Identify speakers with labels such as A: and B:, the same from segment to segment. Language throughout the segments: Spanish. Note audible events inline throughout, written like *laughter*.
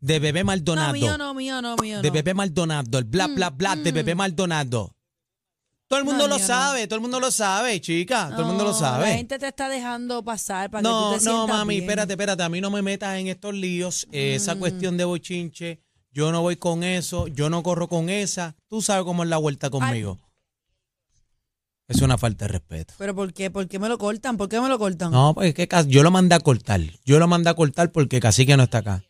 A: de Bebé
B: No,
A: Maldonado.
B: mío no, mío no, mío no. Mm,
A: de Bebé Maldonado, el bla, bla, bla de Bebé Maldonado. Todo el mundo
B: No,
A: lo
B: yo no.
A: sabe, todo el mundo lo sabe, chica, todo el mundo lo
B: No,
A: sabe.
B: La gente te está dejando pasar para
A: no,
B: que tú te
A: no,
B: sientas
A: mami,
B: bien. Mm.
A: espérate, espérate, a mí no me metas en estos líos, eh, esa cuestión de bochinche, yo no voy con eso, yo no corro con esa, tú sabes cómo es la vuelta conmigo. Es una falta de respeto.
B: ¿Pero por qué? ¿Por qué me lo cortan? ¿Por qué me lo cortan?
A: No, pues es que Cas- yo lo mandé a cortar. Yo lo mandé a cortar porque Cacique no está acá.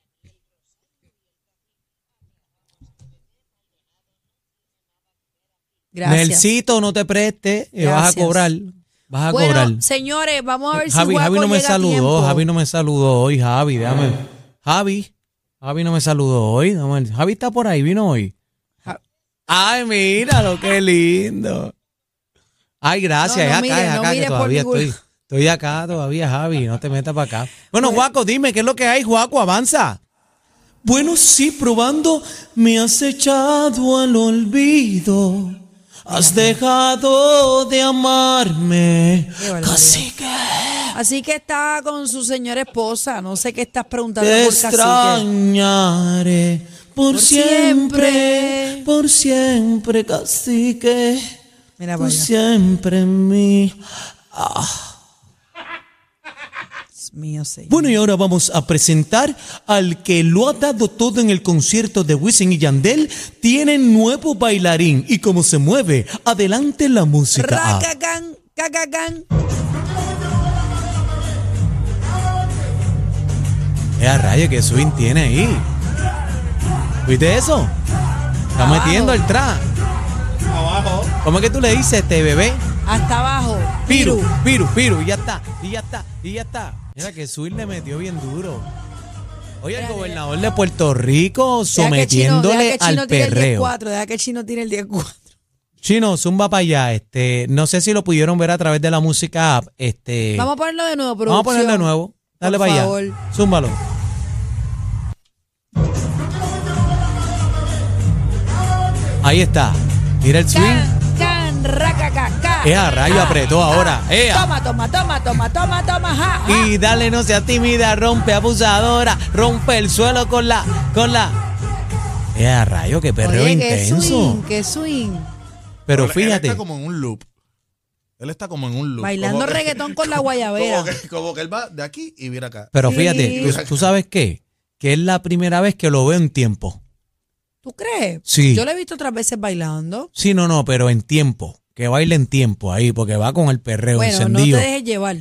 B: Gracias.
A: Nelsito, no te preste, eh, vas a
B: Gracias.
A: cobrar. Vas a
B: bueno,
A: cobrar.
B: señores, vamos a ver si
A: Javi,
B: Guaco
A: Javi no me
B: llega a
A: saludó,
B: tiempo.
A: Javi no me saludó hoy, Javi, déjame. Javi, Javi no me saludó hoy. dame el- Javi está por ahí, vino hoy.
B: Ja-
A: Ay, míralo, qué lindo. Ay, gracias,
B: No, no
A: es acá,
B: mire,
A: es
B: no
A: acá, que
B: mire por
A: todavía
B: ningún-
A: estoy, estoy acá todavía, Javi, no te metas para acá. Bueno, Guaco, dime, ¿qué es lo que hay, Guaco? Avanza. Bueno, sí, probando, me has echado al olvido. Has dejado de amarme.
B: Qué barbaridad.
A: que...
B: Así que está con su señora esposa. No sé qué estás preguntando
A: Te
B: por cacique.
A: extrañaré por,
B: Por
A: siempre,
B: siempre.
A: por siempre, cacique.
B: Mira,
A: tú
B: Ah, vaya.
A: siempre en mí.
B: Dios mío, sí.
A: Bueno, y ahora vamos a presentar al que lo ha dado todo en el concierto de Wisin y Yandel. Tiene nuevo bailarín y como se mueve, adelante la música.
B: Racacán, cacacán.
A: Ah, Vea rayo que swing tiene ahí. ¿Viste eso? Está
B: Abajo.
A: metiendo el tra. ¿Cómo es que tú le dices este bebé?
B: Hasta abajo.
A: Piru, piru, piru, y ya está, y ya está, y ya está. Mira que Sur le metió bien duro. Oye, el
B: Mira,
A: gobernador de Puerto Rico
B: Deja que Chino-
A: sometiéndole
B: deja que Chino
A: al
B: tire el
A: perreo.
B: 10-4, Deja que el chino tiene el 10-4.
A: Chino, zumba para allá. Este, no sé si lo pudieron ver a través de la música app. Este,
B: Vamos a ponerlo de nuevo,
A: vamos a
B: producción.
A: ponerlo de nuevo. Dale
B: Por
A: para
B: favor.
A: allá. Zúmbalo. Ahí está. Mira el swing.
B: Can, can, racacá, ca.
A: Ea, rayo,
B: Ah,
A: apretó
B: ah.
A: ahora. Ea.
B: Toma, toma, toma, toma, toma, toma, ja, ja.
A: Y dale, no sea tímida, rompe abusadora, rompe el suelo con la, con la. Eh, rayo, qué perreo
B: Oye,
A: intenso.
B: Qué swing, qué swing.
A: Pero
C: Él- Él
A: fíjate,
C: está como en un loop. Él está como en un loop.
B: Bailando
C: Como que-
B: reggaetón con la
C: *laughs* Como
B: guayabera.
C: que, como que él va de aquí y viene acá.
A: pero
B: Sí.
A: fíjate, tú, tú sabes qué, que es la primera vez que lo veo en tiempo.
B: ¿Tú crees?
A: Sí.
B: Yo lo he visto otras veces bailando.
A: Sí, no, no, pero en tiempo, que baile en tiempo ahí, porque va con el perreo
B: Bueno,
A: encendido.
B: no te dejes llevar.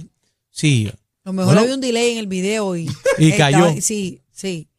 A: Sí,
B: A lo mejor
A: Bueno.
B: había un delay en el video y,
A: *laughs* Y
B: eh,
A: cayó.
B: estaba- sí, sí.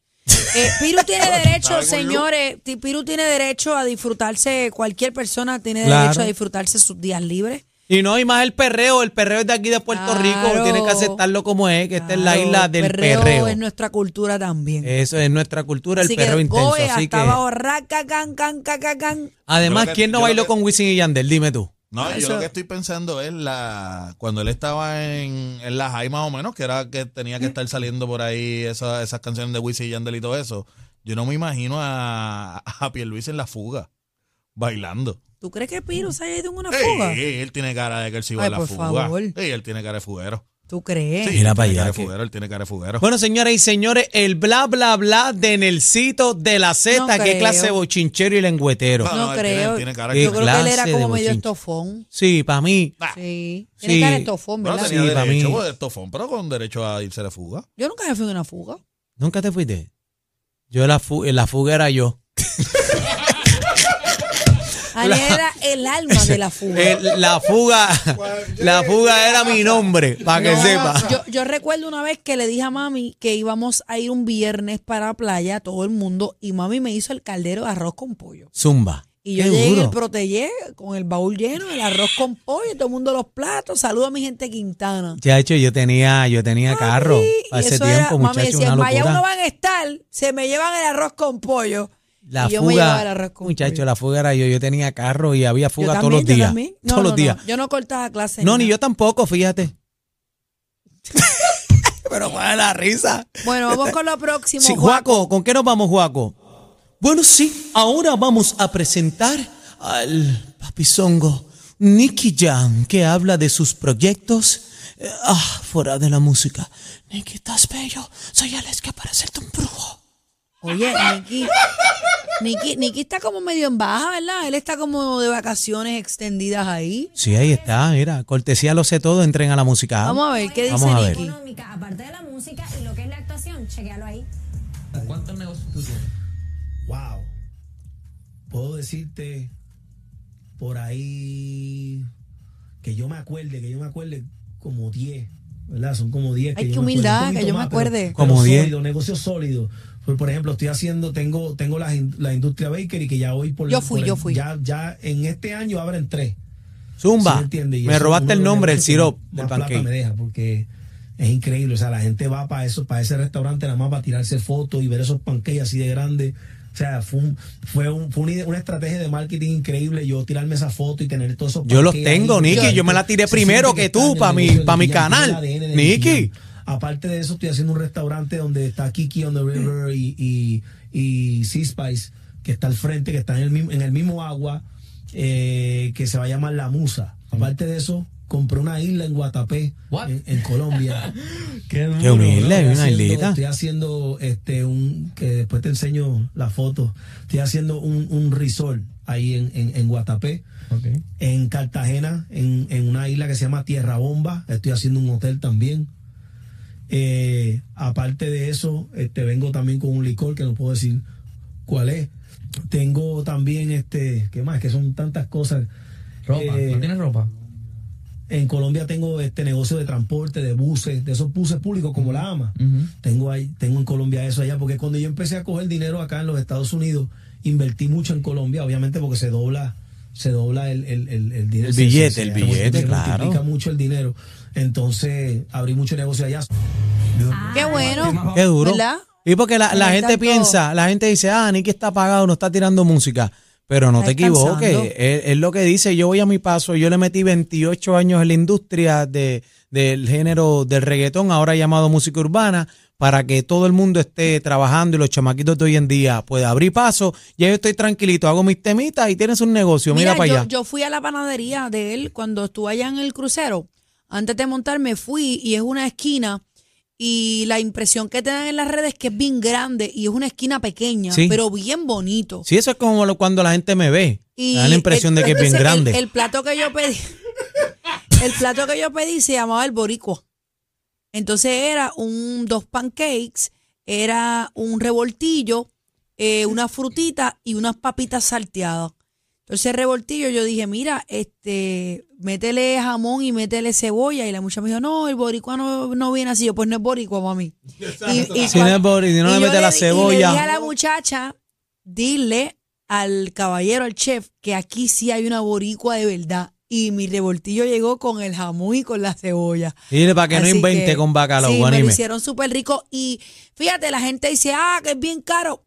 B: Eh,
C: *laughs*
B: Piru tiene derecho,
C: Estaba con luz.
B: señores. ti- Piru tiene derecho a disfrutarse. Cualquier persona tiene
A: Claro.
B: derecho a disfrutarse sus días libres.
A: Y no, y más el perreo, el perreo es de aquí de Puerto Rico,
B: Claro.
A: tiene que aceptarlo como es, que esta es la
B: Claro,
A: isla del perreo.
B: es nuestra cultura también.
A: Eso es nuestra cultura,
B: Así
A: el perreo
B: que,
A: intenso.
B: goe,
A: así
B: hasta
A: que...
B: abajo, raca, can, can, ca, ca, can.
A: Además,
C: Yo lo que-
A: ¿quién no
C: yo lo
A: bailó
C: que-
A: con Wisin y Yandel? Dime tú.
C: No,
B: Ah,
C: yo
B: eso-
C: lo que estoy pensando es la cuando él estaba en, en la high más o menos, que era que tenía que estar saliendo por ahí esa- esas canciones de Wisin y Yandel y todo eso. Yo no me imagino a, a Pierluis en la fuga, bailando.
B: ¿Tú crees que Piru se haya ido en una
C: Ey,
B: fuga?
C: ey, él tiene cara de que él se iba
B: Ay,
C: en la
B: por
C: fuga.
B: favor.
C: Ey, él tiene cara de fuguero.
B: ¿Tú crees?
A: Mira pa'
C: tiene
A: allá
C: cara de
A: que-
C: fuguero, él tiene cara de fuguero.
A: Bueno, señoras y señores, el bla, bla, bla de Nelsito de la Z,
B: No
A: qué
B: creo.
A: clase de bochinchero y lengüetero.
C: Ah,
B: No
C: él tiene-
B: creo.
C: tiene cara
A: de-
B: Yo creo que él
A: clase
B: era
A: de
B: como medio
A: bochinche.
B: estofón.
A: Sí, para mí.
B: Sí.
A: Sí.
B: Tiene cara de estofón,
C: Bueno,
B: ¿verdad?
C: tenía
A: Sí, pa'
C: derecho,
A: mí.
C: pues, estofón, pero con derecho a irse de fuga.
B: Yo nunca me fui de una fuga.
A: ¿Nunca te fuiste? Yo la, fu- la fuga era yo.
B: Daniel era el alma de la
A: *laughs*
B: fuga.
A: El- Eh, la
C: *laughs*
A: fuga, la fuga era mi nombre, para que
B: No,
A: sepa.
B: Yo, yo recuerdo una vez que le dije a mami que íbamos a ir un viernes para la playa, todo el mundo, y mami me hizo el caldero de arroz con pollo.
A: Zumba.
B: Y yo
A: Qué
B: llegué en el
A: duro.
B: protellé con el baúl lleno, el arroz con pollo, todo el mundo los platos. Saludo a mi gente de Quintana.
A: Ya hecho, yo tenía, yo tenía carro
B: Mami, y
A: hace
B: eso
A: tiempo,
B: era-
A: muchacho,
B: Mami decía,
A: una
B: en Bayamón no
A: locura.
B: van a estar, se me llevan el arroz con pollo.
A: La
B: y yo me llevaba el
A: fuga,
B: arroz con
A: muchacho,
B: pollo.
A: la fuga era yo. Yo tenía carro y había
B: Yo
A: fuga todos
B: también,
A: los
B: yo
A: días.
B: también. No,
A: todos
B: no,
A: los días.
B: no, yo no cortaba clases.
A: No, ni yo tampoco, fíjate. *laughs* Pero cuál la risa.
B: Bueno, vamos con lo próximo.
A: Sí,
B: Juan.
A: Juaco, ¿con qué nos vamos, Juaco? Bueno, sí, ahora vamos a presentar al papizongo Nicky Jam, que habla de sus proyectos eh, ah, fuera de la música. Nicky, estás bello. Soy Alex que para hacerte un brujo.
B: Oye, Nicky, Nicky, Nicky está como medio en baja, ¿verdad? Él está como de vacaciones extendidas ahí.
A: Sí, ahí está, mira. Cortesía lo sé todo, entren a la música.
B: Vamos a ver, ¿qué dice
A: Ah. Vamos a ver.
B: Nicky?
D: económica, aparte de la música y lo que es la actuación, chequealo ahí.
E: ¿Cuántos negocios tú tienes? Wow. Puedo decirte por ahí que yo me acuerde, que yo me acuerde como 10, ¿verdad? Son como 10.
B: Ay,
E: que
B: qué
E: yo me acuerde, un
B: humildad,
E: poquito
B: que yo me
E: más, pero-
B: acuerde.
E: pero
A: Como 10.
E: sólido, negocios sólidos. Por, por ejemplo, estoy haciendo, tengo, tengo la, in- la industria bakery que ya hoy por
B: Yo fui,
E: por el-
B: yo fui.
E: Ya, ya en este año abren tres. ¿Sí
A: Zumba,
E: me entiendes? Y
A: me
E: eso
A: robaste
E: uno
A: el
E: de los
A: nombre, el
E: negocios que
A: sirop
E: más
A: del
E: plata
A: pancake.
E: me deja porque es increíble. O sea, la gente va para eso, para ese restaurante nada más para tirarse fotos y ver esos pancakes así de grandes. O sea, fue, un- fue, un- fue una, ide- una estrategia de marketing increíble yo tirarme esa foto y tener todos esos
A: Yo los
E: pancakes
A: tengo,
E: ahí.
A: Nicky,
E: La
A: yo me
E: gente
A: la tiré
E: se
A: primero
E: siente
A: que tú,
E: está en el
A: pa' mi-
E: negocio de
A: pa' mi
E: Nicky Jam, tiene el
A: canal.
E: ADN de
A: Nicky.
E: Jam. Aparte de eso, estoy haciendo un restaurante donde está Kiki on the River y, y, y Sea Spice, que está al frente, que está en el mismo, en el mismo agua, eh, que se va a llamar La Musa. Aparte de eso, compré una isla en Guatapé,
F: What?
E: en, en Colombia. Qué,
A: Qué humilde,
E: bro. Estoy
A: una
E: haciendo-
A: islita.
E: Estoy haciendo este un, que después te enseño la foto, estoy haciendo un, un resort ahí en, en, en Guatapé en Cartagena, en, en una isla que se llama Tierra Bomba. Estoy haciendo un hotel también. Eh, aparte de eso, este, vengo también con un licor que no puedo decir cuál es. Tengo también, este, ¿qué más? Que son tantas cosas.
F: Ropa,
E: Eh,
F: ¿no tienes ropa?
E: En Colombia tengo este negocio de transporte, de buses, de esos buses públicos como la AMA. Tengo ahí, tengo en Colombia eso allá, porque cuando yo empecé a coger dinero acá en los Estados Unidos, invertí mucho en Colombia, obviamente porque se dobla, se dobla el, el, el, el dinero.
A: El
E: Se-
A: billete,
E: se-
A: el
E: se-
A: billete,
E: se
A: claro.
E: multiplica mucho el dinero. Entonces, abrí mucho negocio allá.
B: Qué bueno.
A: Qué duro.
B: ¿Verdad?
A: Y porque la, la
B: Me
A: gente
B: encantó.
A: piensa, la gente dice, ah, Nicky está apagado, no está tirando música. Pero no
B: Está
A: te equivoques,
B: descansando.
A: es, es lo que dice, yo voy a mi paso, yo le metí 28 años en la industria de, del género del reggaetón, ahora llamado música urbana, para que todo el mundo esté trabajando y los chamaquitos de hoy en día puedan abrir paso. Ya yo estoy tranquilito, hago mis temitas y tienes un negocio, mira, para
B: yo,
A: allá.
B: yo fui a la panadería de él cuando estuve allá en el crucero. Antes de montarme fui y es una esquina y la impresión que te dan en las redes es que es bien grande y es una esquina pequeña,
A: Sí.
B: pero bien bonito.
A: Sí, eso es como lo- cuando la gente me ve,
B: Y
A: me da la impresión de que es bien
B: entonces, el-
A: grande.
B: El, plato que yo pedí, *laughs* el plato que yo pedí se llamaba el boricua. Entonces era un dos pancakes, era un revoltillo, eh, una frutita y unas papitas salteadas. Entonces el revoltillo yo dije, mira, este, métele jamón y métele cebolla. Y la muchacha me dijo, no, el boricua no, no viene así. Yo, pues no es boricua, mami. Y, y
A: Si no
B: cuan-
A: es por- si no
B: y
A: le
B: yo
A: mete la
B: di- y le dije a
A: cebolla.
B: la muchacha, dile al caballero, al chef, que aquí sí hay una boricua de verdad. Y mi revoltillo llegó con el jamón y con la cebolla.
A: Dile para que no
B: Así
A: invente con bacalao,
B: Sí, me lo
A: anime.
B: hicieron súper rico. Y fíjate, la gente dice, ah, que es bien caro.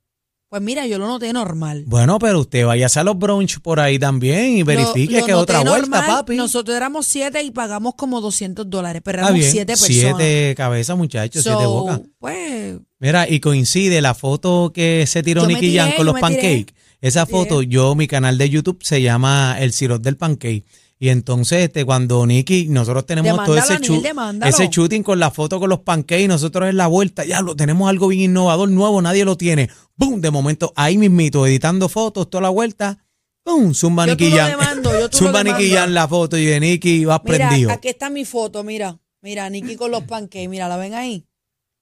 B: Pues mira, yo lo noté normal.
A: Bueno, pero usted vaya a los brunch por ahí también y verifique
B: Lo- lo
A: que
B: noté
A: otra vuelta,
B: normal.
A: papi.
B: Nosotros éramos siete y pagamos como 200 dólares, pero
A: Está
B: éramos
A: bien.
B: siete personas.
A: siete cabezas, muchachos, siete
B: So,
A: bocas.
B: Pues,
A: Mira, y coincide la foto que se tiró
B: Yo me
A: Nicky
B: tiré,
A: Jam con
B: yo
A: los
B: me tiré.
A: pancakes. Esa
B: Me tiré.
A: foto, yo, mi canal de YouTube se llama El Sirop del Pancake. Y entonces, este, cuando Nicky, nosotros tenemos
B: Demándalo,
A: todo ese,
B: Aniel,
A: chu-
B: demándalo.
A: ese shooting con la foto con los pancakes, nosotros en la vuelta, ya lo tenemos algo bien innovador, nuevo, nadie lo tiene. ¡Bum! De momento, ahí mismito, editando fotos, toda la vuelta, ¡bum! Zumba
B: Yo tú
A: Nicky
B: lo
A: Jam. *laughs*
B: demando, yo tú lo
A: Zumba Nicky
B: demando.
A: Jam la foto y de Nicky vas
B: Mira,
A: prendido.
B: aquí está mi foto, mira. Mira, Nicky con los pancakes, mira, ¿la ven ahí?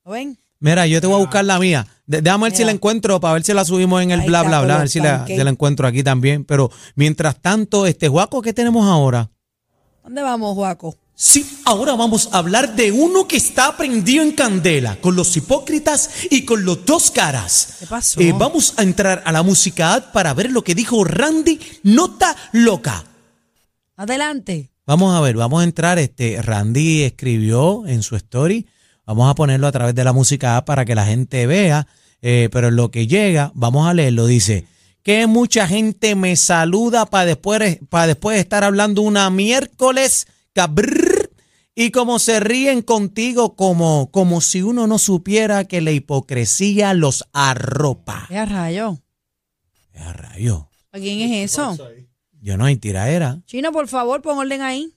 B: ¿Lo ven?
A: Mira, yo te voy a buscar la mía. De- déjame ver si
B: Mira.
A: la encuentro para ver si la subimos en el
B: Ahí
A: bla
B: está,
A: bla
B: con
A: bla, a
B: los
A: ver si la,
B: pancakes.
A: si la encuentro aquí también. Pero mientras tanto, este Juaco, ¿qué tenemos ahora?
B: ¿Dónde vamos, Juaco?
A: Sí, ahora vamos a hablar de uno que está prendido en candela, con los hipócritas y con los dos caras.
B: ¿Qué pasó?
A: Eh, vamos a entrar a la música app para ver lo que dijo Randy Nota Loca.
B: Adelante.
A: Vamos a ver, vamos a entrar. Este Randy escribió en su story. Vamos a ponerlo a través de la música app para que la gente vea. eh, pero en lo que llega, vamos a leerlo. Dice que mucha gente me saluda para después, para después estar hablando una miércoles cabrr, y como se ríen contigo como, como si uno no supiera que la hipocresía los arropa.
B: Vea, rayo.
A: ¡Ah, rayo!
B: ¿A quién es eso?
A: Yo no hay tiraera.
B: Chino, por favor, pon orden ahí.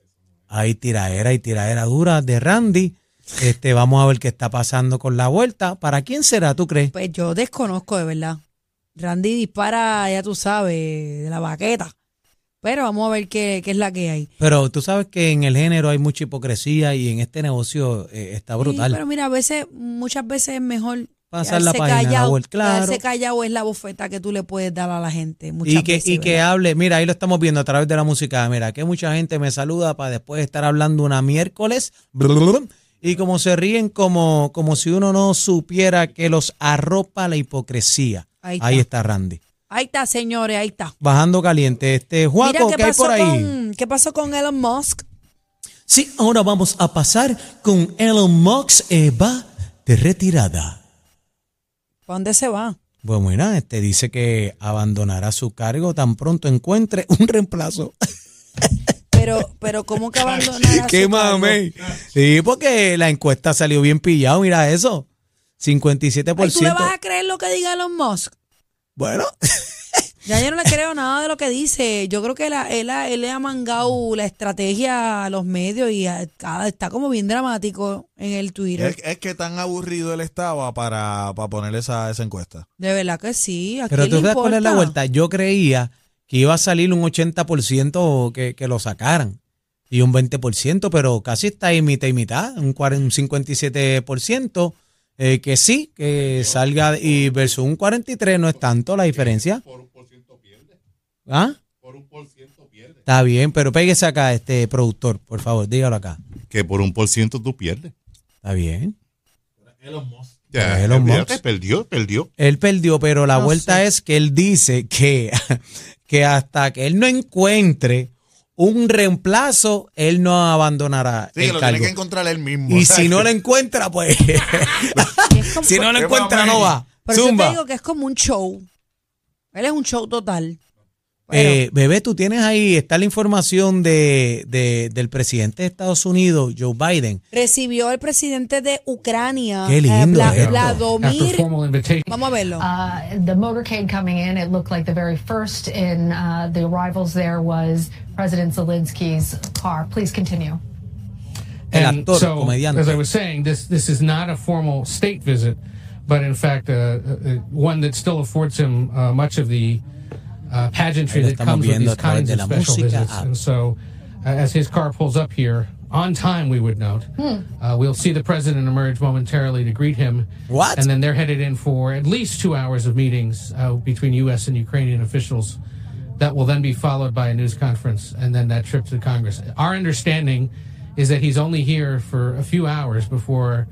A: hay tiraera y tiraera dura de Randy. Este, vamos a ver qué está pasando con la vuelta. ¿Para quién será, tú crees?
B: Pues yo desconozco, de verdad. Randy dispara, ya tú sabes, de la baqueta. Pero vamos a ver qué, qué es la que hay.
A: Pero tú sabes que en el género hay mucha hipocresía y en este negocio eh, está
B: Sí, pero
A: brutal.
B: mira, a veces, muchas veces es mejor
A: Pasar la
B: quedarse
A: página, la vuelta, claro.
B: quedarse callado es la bofeta que tú le puedes dar a la gente. Muchas
A: Y que,
B: veces,
A: y que
B: ¿verdad?
A: hable, mira, ahí lo estamos viendo a través de la música. Mira, que mucha gente me saluda para después estar hablando una miércoles. Blum. Y como se ríen como, como si uno no supiera que los arropa la hipocresía.
B: Ahí
A: Ahí
B: está.
A: está, Randy.
B: Ahí está, señores, ahí está.
A: Bajando caliente. Este, Juaco,
B: mira,
A: ¿qué, hay por ahí?
B: Con, ¿qué pasó con Elon Musk?
A: Sí, ahora vamos a pasar con Elon Musk eh, va de retirada.
B: ¿Para dónde se va?
A: Bueno, mira, este dice que abandonará su cargo tan pronto encuentre un
B: *laughs*
A: reemplazo.
B: Pero, pero ¿cómo que abandonar a
A: ¡Qué
B: su cargo?
A: mame! Sí, porque la encuesta salió bien pillado, mira eso.
B: Ay, ¿Tú le vas a
A: 57%.
B: creer lo que diga Elon Musk?
A: Bueno,
B: Ya yo no le creo nada de lo que dice. Yo creo que la- él, ha- él le ha mangado la estrategia a los medios y a- a- está como bien dramático en el Twitter.
C: Es, es que tan aburrido él estaba para, para poner esa, esa encuesta.
B: De verdad que sí. ¿a
A: pero
B: quién
A: tú
B: le
A: sabes cuál es la
B: importa?
A: vuelta. Yo creía que iba a salir un 80% que, que lo sacaran y un 20%, pero casi está ahí mitad y mitad, un, cuar- un 57%. eh, que sí, que salga y versus un 43 no es tanto la diferencia. Por un por ciento pierde. ¿Ah? Por un por ciento pierde. Está bien, pero péguese acá, este productor, por favor, dígalo acá.
F: que por un por ciento tú pierdes.
A: Está bien.
F: Ya,
A: Elon
F: olvídate,
A: Musk.
F: perdió, perdió.
A: Él perdió, pero la vuelta es que él dice que, *laughs* que hasta que él no encuentre un reemplazo, él no abandonará
C: Sí,
A: el
C: que lo
A: cargo.
C: tiene que encontrar él mismo.
A: y
C: o sea,
A: si
C: *laughs*
A: no lo encuentra, pues
B: *laughs* Es como-
A: *laughs* si no lo
C: Qué
A: encuentra
C: mamey.
A: no va.
B: Por eso te
A: Zumba.
B: digo que es como un show. Él es un show total. Pero
A: Eh, bebé, tú tienes ahí, está la información de, de- del presidente de Estados Unidos, Joe Biden.
B: recibió el presidente de Ucrania,
A: Qué lindo
B: eh, Vla-
A: esto.
B: Vladimir. Vamos a verlo.
G: Uh, the motorcade coming in, it looked like the very first in uh, the arrivals there was President Zelensky's car. Please continue.
A: El
H: And
A: actor,
H: so,
A: comediante.
H: As I was saying, this this is not a formal state visit, but in fact, uh, uh, uh, one that still affords him uh, much of the uh, pageantry
A: Ahí lo
H: that
A: estamos
H: comes with
A: viendo a
H: these
A: través
H: kinds
A: de
H: of
A: la
H: special
A: música.
H: visits.
A: Ah.
H: And so, uh, as his car pulls up here on time, we would note, uh, we'll see the president emerge momentarily to greet him.
A: What?
H: And then they're headed in for at least two hours of meetings uh, between U.S. and Ukrainian officials. That will then be followed by a news conference and then that trip to Congress. Our understanding is that he's only here for a few hours before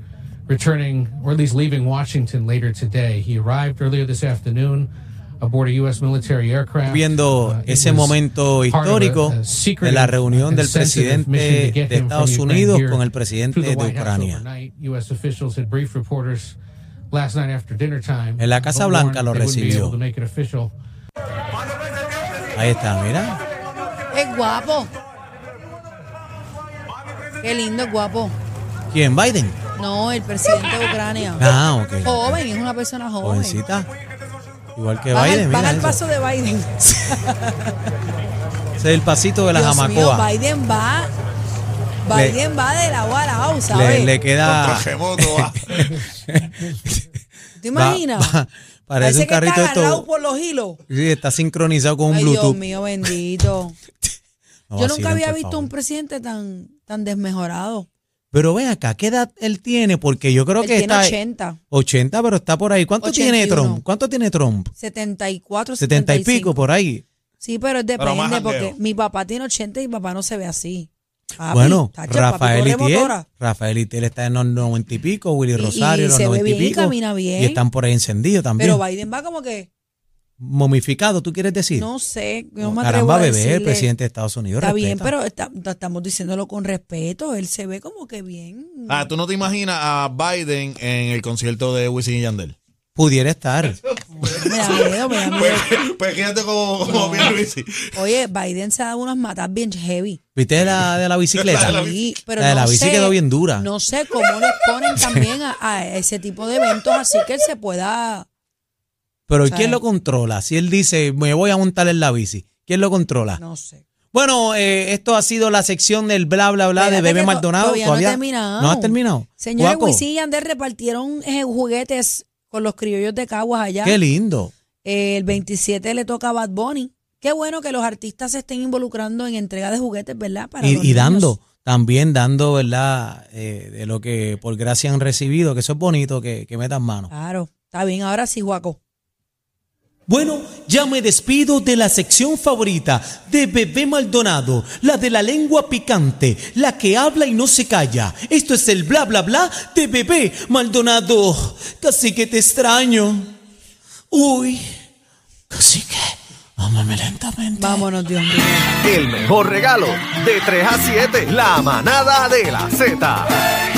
H: returning, or at least leaving Washington later today. He arrived earlier this afternoon aboard a U.S. military aircraft.
A: Viendo
H: Uh, it
A: ese
H: was
A: momento
H: part of a-
A: histórico
H: a
A: de
H: secretive
A: la reunión
H: and
A: del
H: sensitive mission to
A: presidente
H: get
A: de
H: him from
A: Estados
H: Ukraine
A: Unidos
H: here
A: con el
H: to
A: presidente
H: the
A: de
H: White House
A: Ucrania.
H: overnight. U.S. officials had briefed reporters last night after dinner time.
A: En la Casa
H: but
A: Blanca
H: warned
A: lo
H: they wouldn't be
A: recibió.
H: able to make it official.
A: Ahí está, mira.
B: Es guapo. Qué lindo, es guapo.
A: ¿Quién? Biden.
B: No, el presidente de Ucrania.
A: Ah, ok.
B: Joven, es una persona joven.
A: Jovencita. Igual que
B: Van,
A: Biden,
B: al, van
A: mira
B: al
A: eso.
B: paso de Biden.
A: Ese es el pasito de la
B: Dios mío,
A: jamacoa.
B: Biden va.
A: Le-
B: Biden va de la agua a la house,
A: Le,
B: ¿sabes?
A: le queda.
B: ¿Te imaginas?
A: *laughs* Va- va- parece
B: Parece
A: un
B: que está
A: carrito
B: agarrado
A: esto.
B: por los hilos.
A: Sí, está sincronizado con un
B: Ay, Dios
A: Bluetooth.
B: mío, bendito.
A: *laughs* No
B: Yo
A: vacilen,
B: nunca había
A: por
B: visto
A: favor.
B: un presidente tan, tan desmejorado.
A: Pero ven acá, ¿qué edad él tiene? Porque yo creo
B: Él
A: que
B: tiene
A: está.
B: 80,
A: 80, pero está por ahí. ¿Cuánto tiene
B: 81?
A: Trump? ¿Cuánto tiene Trump?
B: 74,
A: 70 y pico por ahí.
B: Sí, pero es
C: Pero más
B: depende porque
C: jangueo.
B: mi papá tiene 80 y mi papá no se ve así. Papi,
A: bueno,
B: tacho, el papi
A: Rafael
B: corre
A: Itiel.
B: motora.
A: Rafael Itiel está en los 90 y pico, Willy
B: Y-
A: Rosario
B: y
A: en los
B: se ve
A: 90 y
B: bien y
A: pico.
B: camina bien.
A: y están por ahí encendidos también.
B: Pero Biden va como que,
A: Momificado, ¿tú quieres decir?
B: no sé, no me atrevo
A: Caramba,
B: a
A: bebé, el
B: decirle.
A: presidente de Estados Unidos.
B: Está bien,
A: respeta.
B: pero está- estamos diciéndolo con respeto. Él se ve como que bien.
C: Ah, tú no te imaginas a Biden en el concierto de Wisin y Yandel.
A: Pudiera estar.
C: *laughs*
B: Me da miedo, me da miedo.
C: pues fíjate como, como Pierluisi.
B: Oye, Biden se ha dado unas matas bien heavy.
A: ¿Viste la de la
B: *laughs*
A: bicicleta?
B: Sí, pero
A: La de
B: no
A: la bici
B: sé-
A: quedó bien dura.
B: No sé cómo les ponen también a, a ese tipo de eventos así que él se pueda.
A: Pero
B: sea,
A: ¿quién lo controla? Si él dice, me voy a montar en la bici, ¿quién lo controla?
B: No sé.
A: Bueno, eh, esto ha sido la sección del bla, bla, bla de
B: Espérate
A: Bebé
B: que to-
A: Maldonado.
B: todavía no he terminado.
A: ¿No has terminado?
B: Señores,
A: Guaco,
B: Wisin y Ander repartieron eh, juguetes con los criollos de Caguas allá.
A: Qué lindo.
B: Eh, el 27 le toca a Bad Bunny. Qué bueno que los artistas se estén involucrando en entrega de juguetes, ¿verdad? Para los
A: Y, y
B: niños.
A: dando, también dando, ¿verdad? Eh, de lo que por gracia han recibido, que eso es bonito, que, que metan mano.
B: Claro, está bien. Ahora sí, Juaco.
A: Bueno, ya me despido de la sección favorita de Bebé Maldonado, la de la lengua picante, la que habla y no se calla. Esto es el bla bla bla de Bebé Maldonado. Casi que te extraño. Uy, casi que ámame lentamente.
B: Vámonos, Dios mío.
I: El mejor regalo de 3 a 7, la manada de la Z.